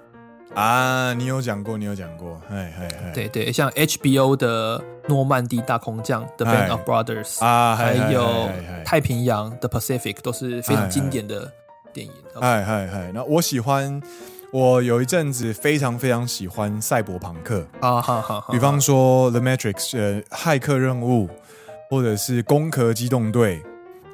啊，你有讲过，你有讲过，哎哎哎，对对，像 HBO 的《诺曼底大空降》The 哎 Band of Brothers，、啊，嗨还有嗨嗨嗨太平洋的 Pacific 都是非哎常经典的电影。嗨嗨嗨！那我喜欢，我有一阵子非常非常喜欢赛博朋克，啊哈哈哈！比方说《The Matrix》呃，《骇客任务》，或者是《攻壳机动队》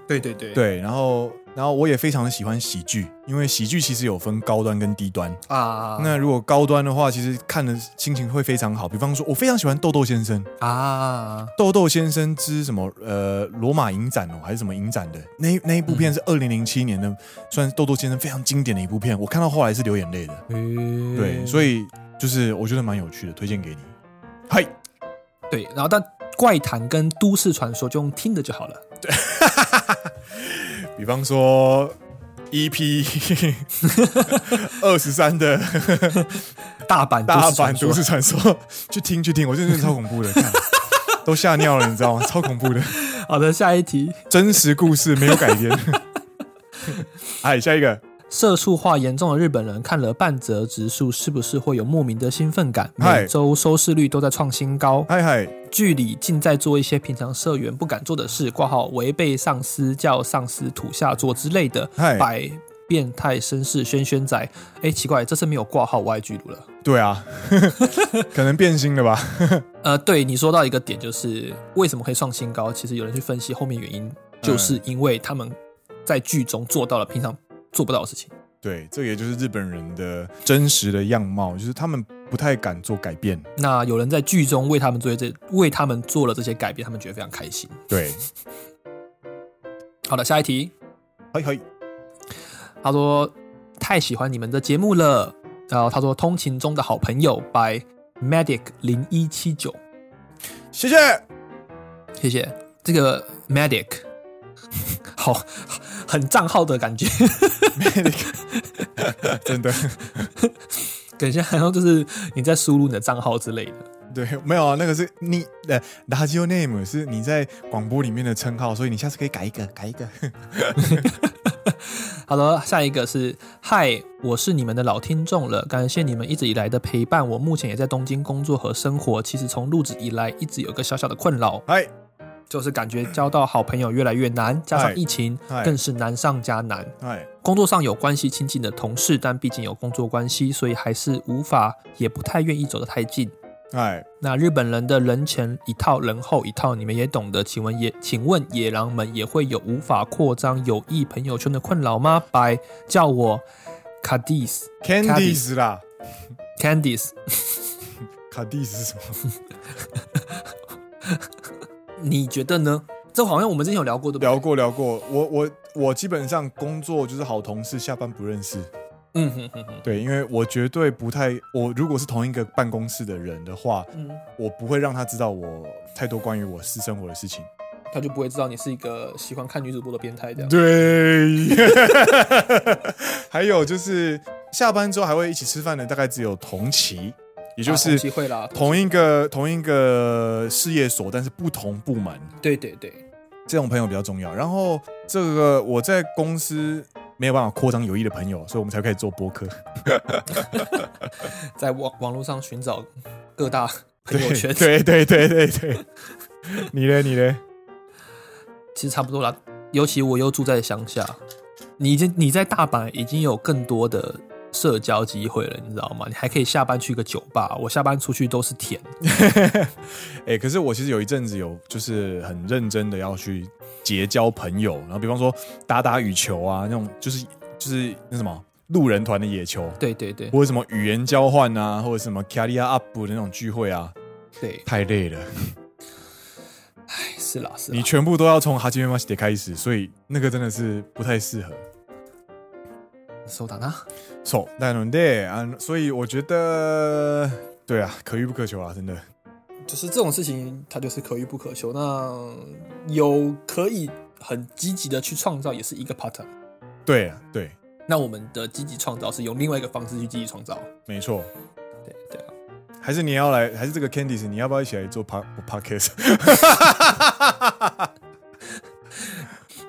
对对对对，然后然后我也非常的喜欢喜剧，因为喜剧其实有分高端跟低端。啊，那如果高端的话，其实看的心情会非常好。比方说，我非常喜欢豆豆先生，啊豆豆先生之什么呃罗马影展哦，还是什么影展的那那一部嗯片是二零零七年的，算是豆豆先生非常经典的一部片，我看到后来是流眼泪的。嗯对，所以就是我觉得蛮有趣的，推荐给你。嗨，对，然后但怪谈跟都市传说就用听的就 好了。比方说 EP 二十三的大阪都大市传阪说都市传说，去听去听，我真的觉得超恐怖的，看都吓尿了，你知道 吗？超恐怖的好的，下一题，真实故事没有改 编。哎，下一个，社畜化严重的日本人看了半泽直树，是不是会有莫名的兴奋感？嗨每周收视率都在创新高，嗨嗨，剧里尽在做一些平常社员不敢做的事，挂号违背上司叫上司土下座之类的嗨，百变态绅士轩轩仔。哎，奇怪，这次没有挂号 YG 录了。对啊， 可能变心了吧？呃，对你说到一个点，就是为什么可以创新高？其实有人去分析后面原因，就是因为他们在剧中做到了平常做不到的事情。对，这也就是日本人的真实的样貌，就是他们不太敢做改变。那有人在剧中为他们做这为他们做了这些改变，他们觉得非常开心。对，好的，下一题，嘿嘿，他说太喜欢你们的节目了，然后他说通勤中的好朋友 by medic 零一七九，谢谢。谢谢这个 medic，好很账号的感觉， 真的，感觉好像就是你在输入你的账号之类的。对，没有啊，那个是你呃，radio name 是你在广播里面的称号，所以你下次可以改一个，改一个。好的，下一个是嗨，我是你们的老听众了，感谢你们一直以来的陪伴。我目前也在东京工作和生活，其实从入职以来一直有个小小的困扰，嗨，就是感觉交到好朋友越来越难，加上疫情嗨更是难上加难。嗨，工作上有关系亲近的同事，但毕竟有工作关系，所以还是无法，也不太愿意走得太近。嗨，那日本人的人前一套，人后一套，你们也懂得。请问野，请问野狼们也会有无法扩张友谊朋友圈的困扰吗？白叫我 Cadiz ，Candice 啦 Candice， ，Candice 是什么？ 你觉得呢？这好像我们之前有聊过，对不对？聊过聊过，我我我基本上工作就是好同事，下班不认识。嗯哼哼哼，对，因为我绝对不太，我如果是同一个办公室的人的话，嗯，我不会让他知道我太多关于我私生活的事情。他就不会知道你是一个喜欢看女主播的变态这样。对， 还有就是下班之后还会一起吃饭的，大概只有同期，也就啊同是期会啦，同一个同一个事业所，但是不同部门，对对对，这种朋友比较重要。然后这个我在公司没有办法扩张友谊的朋友，所以我们才开始做 播客。在网网络上寻找各大朋友圈，对对对对对，你嘞你嘞，其实差不多啦。尤其我又住在乡下，你已经你在大阪已经有更多的社交机会了，你知道吗？你还可以下班去个酒吧，我下班出去都是甜。 哎、可是我其实有一阵子有就是很认真的要去结交朋友，然后比方说打打羽球啊，那种就是就是那什么路人团的野球，对对对或者什么语言交换啊，或者什么 c a r i a up 的那种聚会啊，对，太累了， 是啦是啦你。全部都要从哈基米马西得开始，所以那个真的是不太适合。手打他， So that on day 啊，所以我觉得对啊，可遇不可求啊，真的。就是这种事情，它就是可遇不可求。那有可以很积极的去创造，也是一个 pattern。对啊，对，那我们的积极创造是用另外一个方式去积极创造。没错。对对啊，还是你要来，还是这个 Candice，你要不要一起来做 pod podcast？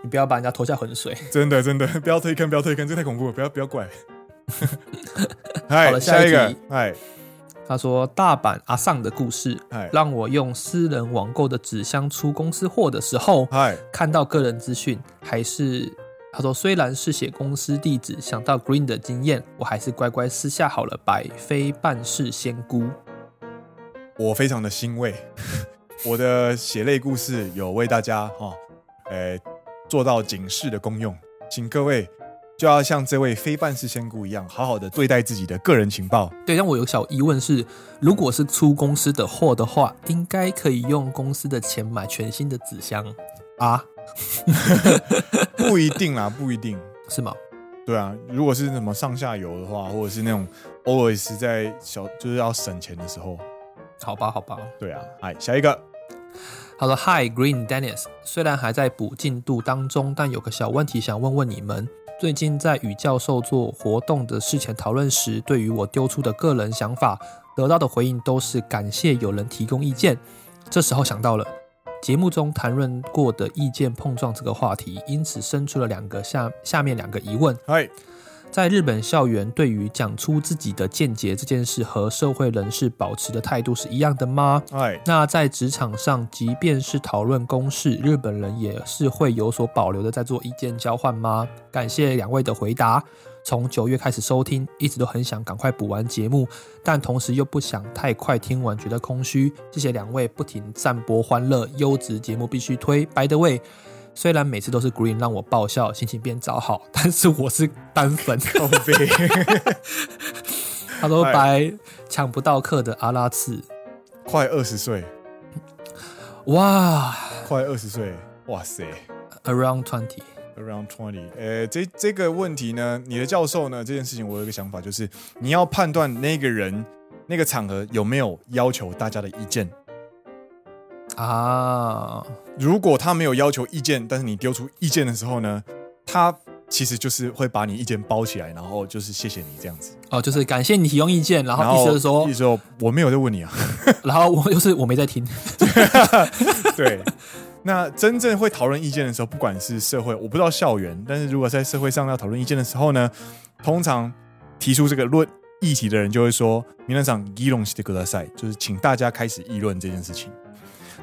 你不要把人家拖下浑水。真的真的， 不要推坑，不要推坑，这太恐怖了，不要不要 怪。嗨，了下下一一个题，嗨他说，大阪阿尚的故事嗨让我用私人网购的纸箱出公司货的时候，嗨，看到个人资讯，还是他说虽然是写公司地址，想到 Green 的经验，我还是乖乖私下好了，百非半事仙姑。我非常的欣慰， 我的血泪故事有为大家哈，呃，做到警示的功用，请各位就要像这位非办事仙姑一样，好好的对待自己的个人情 报。对，但我有个小疑问是，如果是出公司的货的话，应该可以用公司的钱买全新的纸箱啊？不一定啦，不一定。是吗？对啊，如果是什么上下游的话，或者是那种 always 在小就是要省钱的时候，好吧，好吧。对啊，哎，下一个，他说：“Hi Green Dennis，虽然还在补进度当中，但有个小问题想问问你们。最近在与教授做活动的事前讨论时，对于我丢出的个人想法，得到的回应都是感谢有人提供意见。这时候想到了节目中谈论过的意见碰撞这个话题，因此生出了两个下下面两个疑问：嗨，在日本校园，对于讲出自己的见解这件事和社会人士保持的态度是一样的吗？嗨，那在职场上，即便是讨论公事，日本人也是会有所保留的，在做意见交换吗？感谢两位的回答。从九月开始收听，一直都很想赶快补完节目，但同时又不想太快听完，觉得空虚。谢谢两位不停散播欢乐，优质节目必须推。By the way，虽然每次都是 Green 让我爆笑，心情变糟好，但是我是单粉。靠背，他说哎白抢不到课的阿拉次，快二十岁，哇快二十岁，哇塞，Around Twenty。 ，around twenty，呃，这这个问题呢，你的教授呢，这件事情我有一个想法，就是你要判断那个人那个场合有没有要求大家的意见。啊，如果他没有要求意见，但是你丢出意见的时候呢，他其实就是会把你意见包起来，然后就是谢谢你这样子。哦，就是感谢你提供意见，然后意思是说意，思说我没有在问你啊。 然后我就是我没在听，对， 那真正会讨论意见的时候，不管是社会，我不知道校园，但是如果在社会上要讨论意见的时候呢，通常提出这个论议题的人就会说：“皆さん議論してください。”就是请大家开始议论这件事情。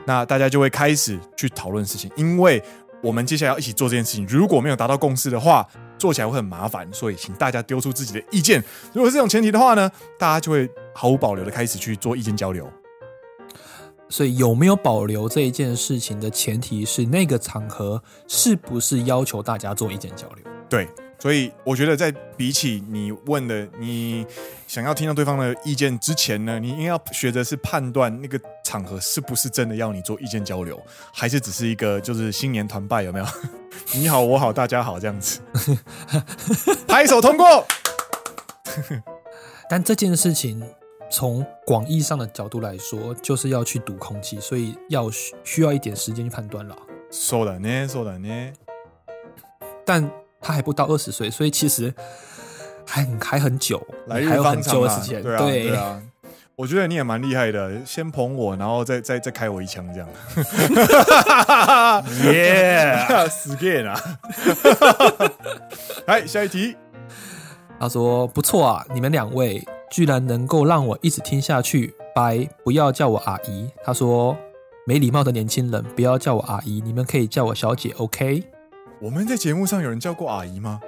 那大家就会开始去讨论事情，因为我们接下来要一起做这件事情，如果没有达到共识的话，做起来会很麻烦，所以请大家丢出自己的意见。如果是这种前提的话呢，大家就会毫无保留的开始去做意见交流。所以有没有保留这一件事情的前提是那个场合是不是要求大家做意见交流？对，所以我觉得在比起你问的你想要听到对方的意见之前呢，你应该要学着是判断那个场合是不是真的要你做意见交流，还是只是一个就是新年团拜有没有？你好，我好，大家好这样子，拍手通过。但这件事情从广义上的角度来说，就是要去读空气，所以要需需要一点时间去判断了。そうだね、そうだね。但他还不到二十岁，所以其实还很还很久，来你日还有方很长久的啦时间。对啊，对啊。我觉得你也蛮厉害的，先捧我，然后再再再开我一枪这样。耶！ 死 gay 啊！来下一题，他说不错啊，你们两位居然能够让我一直听下去。拜，不要叫我阿姨。他说没礼貌的年轻人，不要叫我阿姨，你们可以叫我小姐，OK？我们在节目上有人叫过阿姨吗？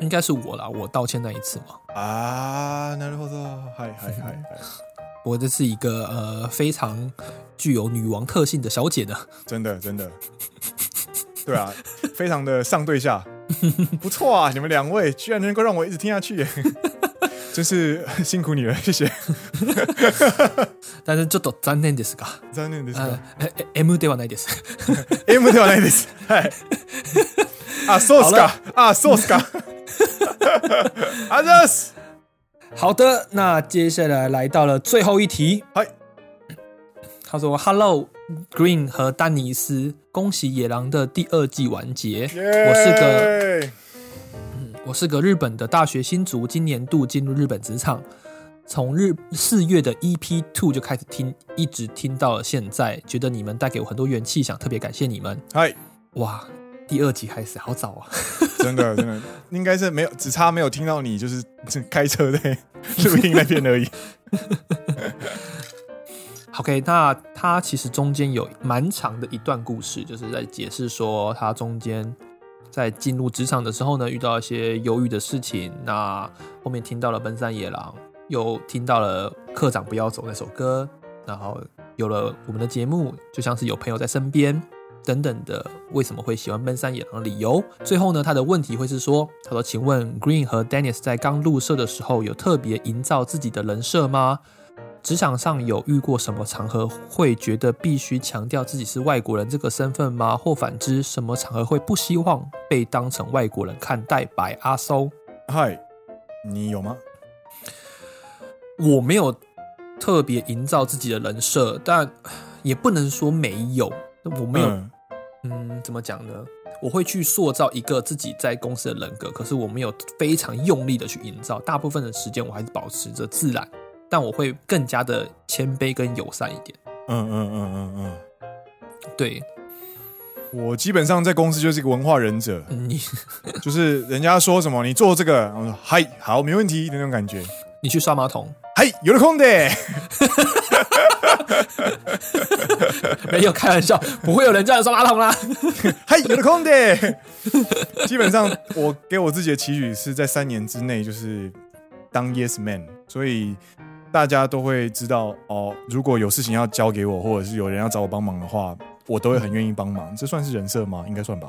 应该是我啦，我道歉那一次嘛。啊，なるほど。嗨嗨 嗨嗨，我这是一个呃非常具有女王特性的小姐呢。真的真的，对啊，非常的上对 下，不错啊，你们两位居然能够让我一直听下 去耶，真是辛苦你了，谢谢。但是ちょっと残念ですが、残念です呃が、え M ではないです。 M ではないです。はい。あ、そうっすか。あ、そうっすか。 あざっす。好的，那接下来来到了最后一题。嗨，他说：“Hello Green 和丹尼斯，恭喜《野狼》的第二季完结。我是个个我是个日本的大学新卒，今年度进入日本职场，从日四月的 EP Two 就开始听，一直听到了现在，觉得你们带给我很多元气，想特别感谢你们。はい。哇，第二集开始好早啊！真的真的，应该是没有，只差没有听到你就是这开车在 录音那边而已。 OK，那他其实中间有蛮长的一段故事，就是在解释说他中间在进入职场的时候呢，遇到一些忧郁的事情。那后面听到了《奔山野狼》，又听到了《课长不要走》那首歌，然后有了我们的节目，就像是有朋友在身边等等的，为什么会喜欢《奔山野狼》的理由。最后呢，他的问题会是说，他说：“请问 Green 和 Dennis 在刚入社的时候，有特别营造自己的人设吗？”职场上有遇过什么场合会觉得必须强调自己是外国人这个身份吗？或反之，什么场合会不希望被当成外国人看待？白阿搜，嗨，你有吗？我没有特别营造自己的人设，但也不能说没有，我没有，嗯嗯怎么讲呢？我会去塑造一个自己在公司的人格，可是我没有非常用力的去营造，大部分的时间我还是保持着自然，但我会更加的谦卑跟友善一点。嗯嗯嗯嗯对嗯，我基本上在公司就是一个文化忍者，嗯你。就是人家说什么你做这个，我说嗨，好，没问题的那种感觉。你去刷马桶，嗨，有了空的，没有开玩笑，不会有人叫你刷马桶啦。嗨，有了空的。 基本上，我给我自己的期许是在三年之内就是当 yes man，所以大家都会知道哦，如果有事情要交给我，或者是有人要找我帮忙的话，我都会很愿意帮忙。这算是人设吗？应该算吧。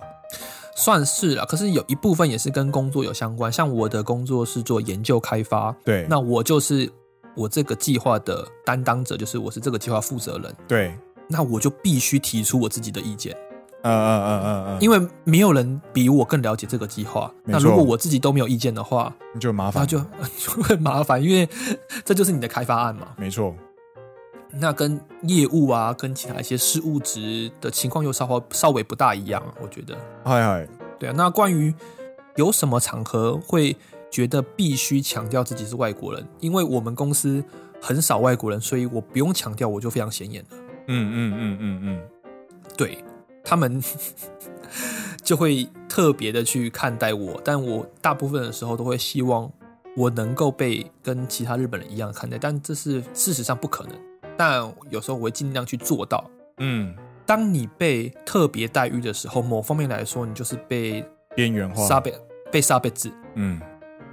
算是了、可是有一部分也是跟工作有相关，像我的工作是做研究开发，对，那我就是我这个计划的担当者，就是我是这个计划负责人，对，那我就必须提出我自己的意见，嗯嗯嗯嗯嗯，因为没有人比我更了解这个计划。没那错如果我自己都没有意见的话，你就很麻 那烦，就就会麻烦，因为 这就是你的开发案嘛。没错，那跟业务啊，跟其他一些事务职的情况又稍微稍微不大一样，我觉得。嗨嗨，对啊，那关于有什么场合会觉得必须强调自己是外国人？因为我们公司很少外国人，所以我不用强调，我就非常显眼了。嗯嗯嗯嗯嗯，对他们 就会特别的去看待我，但我大部分的时候都会希望我能够被跟其他日本人一样看待，但这是事实上不可能。但有时候我会尽量去做到，嗯，当你被特别待遇的时候，某方面来说，你就是被边缘化，杀被被杀被制，嗯，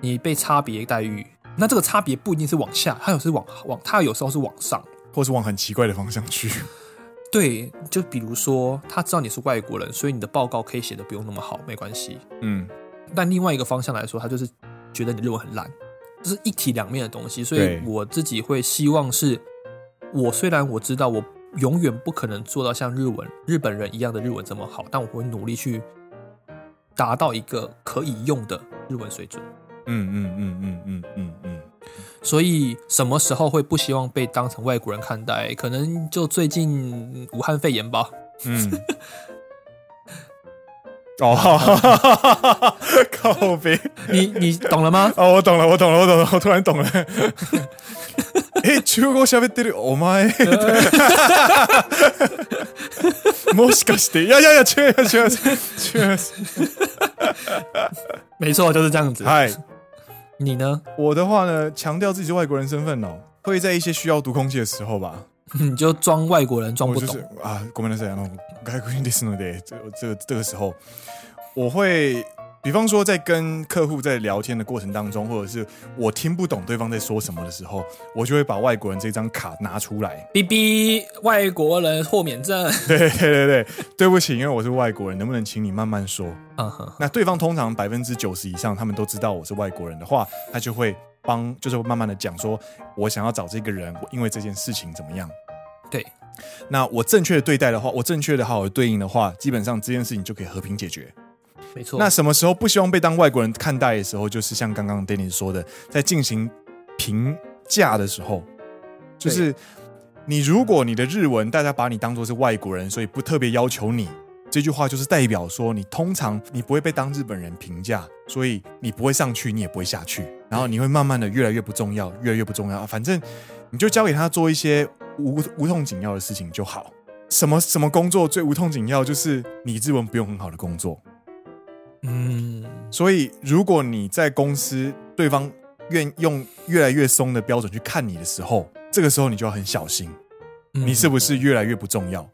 你被差别待遇。那这个差别不一定是往下，它有时往往，它有时候是往上。或是往很奇怪的方向去，对，就比如说，他知道你是外国人，所以你的报告可以写的不用那么好，没关系。嗯，但另外一个方向来说，他就是觉得你日文很烂，这是一体两面的东西。所以对我自己会希望是，我虽然我知道我永远不可能做到像日文日本人一样的日文这么好，但我会努力去达到一个可以用的日文水准。嗯嗯嗯嗯嗯嗯嗯，所以什么时候会不希望被当成 外国人看待？可能就最近武汉肺炎吧。嗯，哦， 靠别你你懂了吗？哦，我懂了，我懂了，我懂了，我突然懂了。 え、中国語喋ってるお前。 もしかして、いやいやいや、違う違う違う違います。没错，就是这样子。はい。你呢？我的话呢，强调自己是外国人身份哦，会在一些需要读空气的时候吧。你就装外国人，装我不就懂是。啊，ごめんなさい、あの外国人ですので、 这这个这个时候，我会，比方说在跟客户在聊天的过程当中，或者是我听不懂对方在说什么的时候，我就会把外国人这张卡拿出来。 B B，外国人豁免证。对对对对，对不起，因为我是外国人，能不能请你慢慢说？嗯哼，那对方通常百分之九十以上，他们都知道我是外国人的话，他就会帮，就是慢慢的讲说，我想要找这个人，我因为这件事情怎么样。对，那我正确的对待的话，我正确的好好对应的话，基本上这件事情就可以和平解决。没错。那什么时候不希望被当外国人看待的时候，就是像刚刚 Danny 说的，在进行评价的时候，就是你如果你的日文大家把你当做是外国人，所以不特别要求你。这句话就是代表说，你通常你不会被当日本人评价，所以你不会上去，你也不会下去，然后你会慢慢的越来越不重要，越来越不重要。啊反正你就交给他做一些无无痛紧要的事情就好。什么什么工作最无痛紧要，就是你日文不用很好的工作，嗯，所以，如果你在公司对方愿用越来越松的标准去看你的时候，这个时候你就要很小心，嗯你是不是越来越不重要？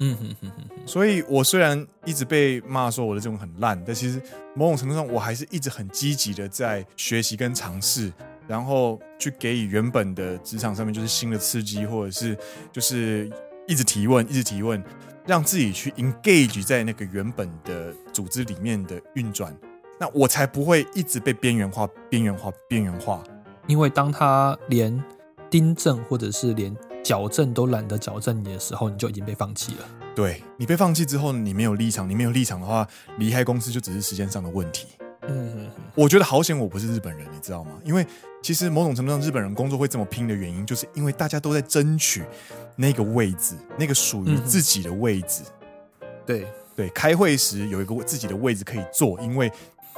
嗯哼哼哼，所以我虽然一直被骂说我的这种很烂，但其实某种程度上，我还是一直很积极的在学习跟尝试，然后去给予原本的职场上面就是新的刺激，或者是就是一直提问，一直提问，让自己去 engage 在那个原本的组织里面的运转，那我才不会一直被边缘化、边缘化、边缘化。因为当他连订正或者是连矫正都懒得矫正你的时候，你就已经被放弃了。对你被放弃之后，你没有立场，你没有立场的话，离开公司就只是时间上的问题。嗯哼我觉得好险我不是日本人，你知道吗？因为其实某种程度上，日本人工作会这么拼的原因，就是因为大家都在争取那个位置，那个属于嗯哼自己的位置。哼，对，对，开会时有一个自己的位置可以坐，因为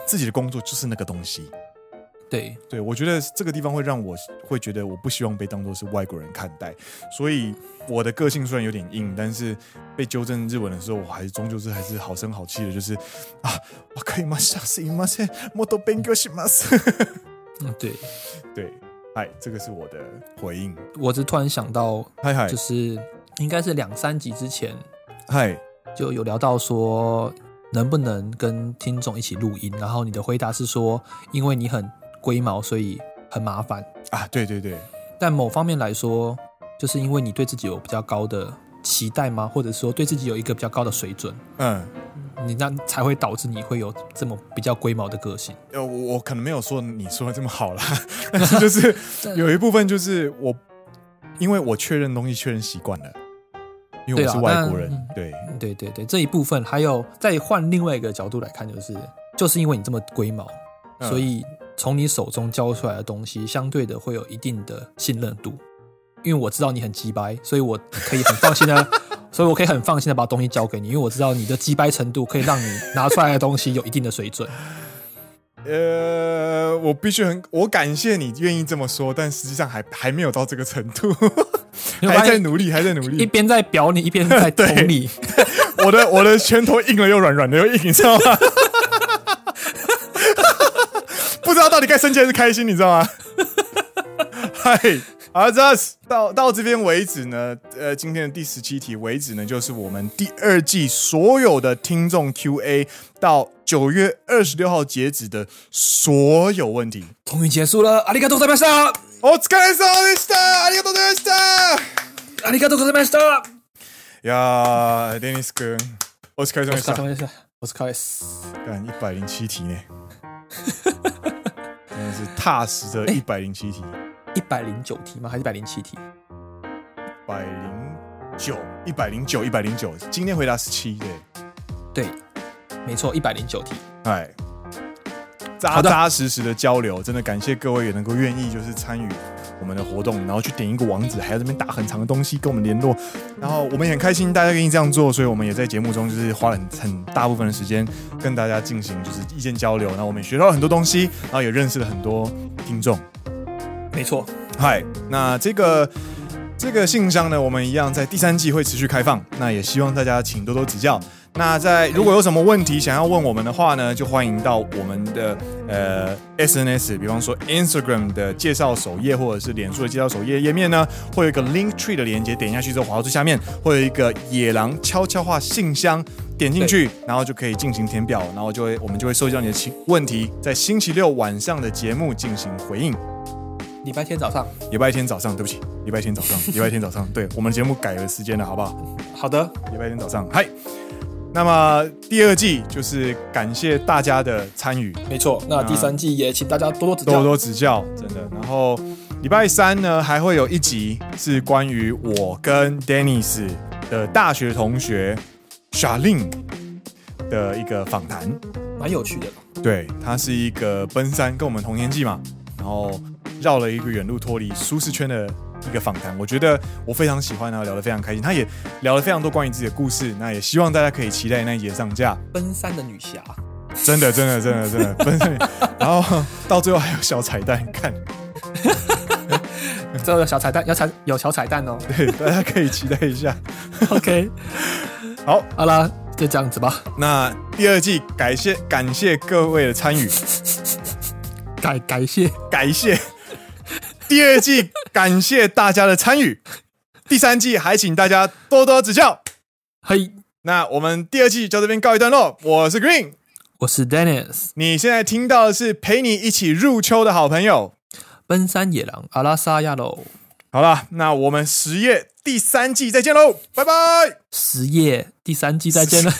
自己的工作就是那个东西。对，对，我觉得这个地方会让我会觉得我不希望被当做是外国人看待，所以我的个性虽然有点硬，但是被纠正日文的时候，我还是终究是还是好声好气的，就是啊，我可以吗？下次いません、もっと勉強 します。嗯对。对，嗨，这个是我的回应。我只突然想到，嗨嗨就是应该是两三集之前嗨，就有聊到说，能不能跟听众一起录音？然后你的回答是说，因为你很龟毛，所以很麻烦。啊，对对对，但某方面来说，就是因为你对自己有比较高的期待吗？或者说对自己有一个比较高的水准，嗯，你那才会导致你会有这么比较龟毛的个性。呃，我我可能没有说你说的这么好啦，但是就是有一部分就是我，因为我确认东西确认习惯了，因为对我啦是外国但人嗯，对对对对，这一部分还有再换另外一个角度来看，就是就是因为你这么龟毛，嗯所以从你手中交出来的东西，相对的会有一定的信任度。因为我知道你很鸡掰，所以我可以很放 心的，所以我可以很放心的把东西交给你，因为我知道你的鸡掰程度可以让你拿出来的东西有一定的水准。呃，我必须很，我感谢你愿意这么说，但实际上还还没有到这个程度，你会 发还现在努力，还在努一力。边在表你，一边在捅你。我的我的拳头硬了又软，软了又硬，你知道吗？不知道到底该生气还是开心，你知道吗？嗨，好，这到到这边为止呢，呃，今天的第十七题为止呢，就是我们第二季所有的听众 Q&A 到九月二十六号截止的所有问题。终于结束了，阿里嘎多塞班莎，お疲れ様でしたありがとうございました阿里嘎多塞班莎，いやー、デニス君、お疲れ様我でし是卡た塞。班莎，我是卡塞斯。干一百零七题 呢，真的是踏实哎的一百零七题，一百零九题吗？还是一百零七题？一百零九，一百零九，一百零九。今天回答十七，对，对，没错，一百零九题。哎，扎好的扎实实的交流，真的感谢各位也能够愿意就是参与我们的活动，然后去点一个网址，还要这边打很长的东西跟我们联络，然后我们也很开心大家愿意这样做，所以我们也在节目中就是花了很很大部分的时间跟大家进行就是意见交流，然后我们也学到了很多东西，然后也认识了很多听众。没错，嗨，那这个这个信箱呢，我们一样在第三季会持续开放，那也希望大家请多多指教。那在如果有什么问题想要问我们的话呢，就欢迎到我们的呃 SNS，比方说 Instagram 的介绍首页或者是脸书的介绍首页页面呢，会有一个 Link Tree 的连接，点下去之后滑到最下面，会有一个野狼悄悄话信箱，点进去，然后就可以进行填表，然后就会我们就会收集到你的请问题，在星期六晚上的节目进行回应。礼拜天早上。礼拜天早上，对不起，礼拜天早上，礼拜天早上，对我们节目改了时间了，好不好？好的，礼拜天早上，嗨。那么第二季就是感谢大家的参与，没错。那第三季也请大家多多指教。啊多多指教，真的。然后礼拜三呢，还会有一集是关于我跟 Dennis 的大学同学 Shalin 的一个访谈。蛮有趣的。对，他是一个奔三，跟我们同年纪嘛，然后绕了一个远路脱离舒适圈的一个访谈，我觉得我非常喜欢啊，聊得非常开心，他也聊了非常多关于自己的故事，那也希望大家可以期待那一节上架，奔三的女侠，真的，真的，真的，真的奔三，然后到最后还有小彩蛋，看， 这个小彩蛋，有彩有小彩蛋哦。对，大家可以期待一下。 OK，好， 好啦，就这样子吧。那第二季感谢感谢各位的参与，感感谢，感谢第二季感谢大家的参与，第三季还请大家多多指教。嘿，那我们第二季就到这边告一段落。我是 Green，我是 Dennis，你现在听到的是陪你一起入秋的好朋友。奔山野狼阿拉萨亚喽，好了，那我们十月第三季再见喽，拜拜。十夜第三季再见了。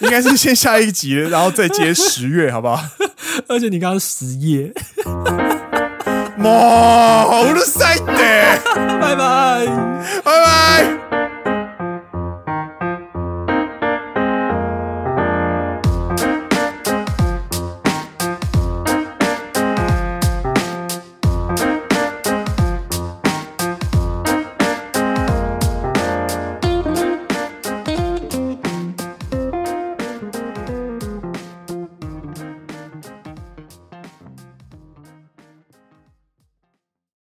应该是先下一集，然后再接十月，好不好？ 而且你刚刚十 夜，もううるさいって。拜拜。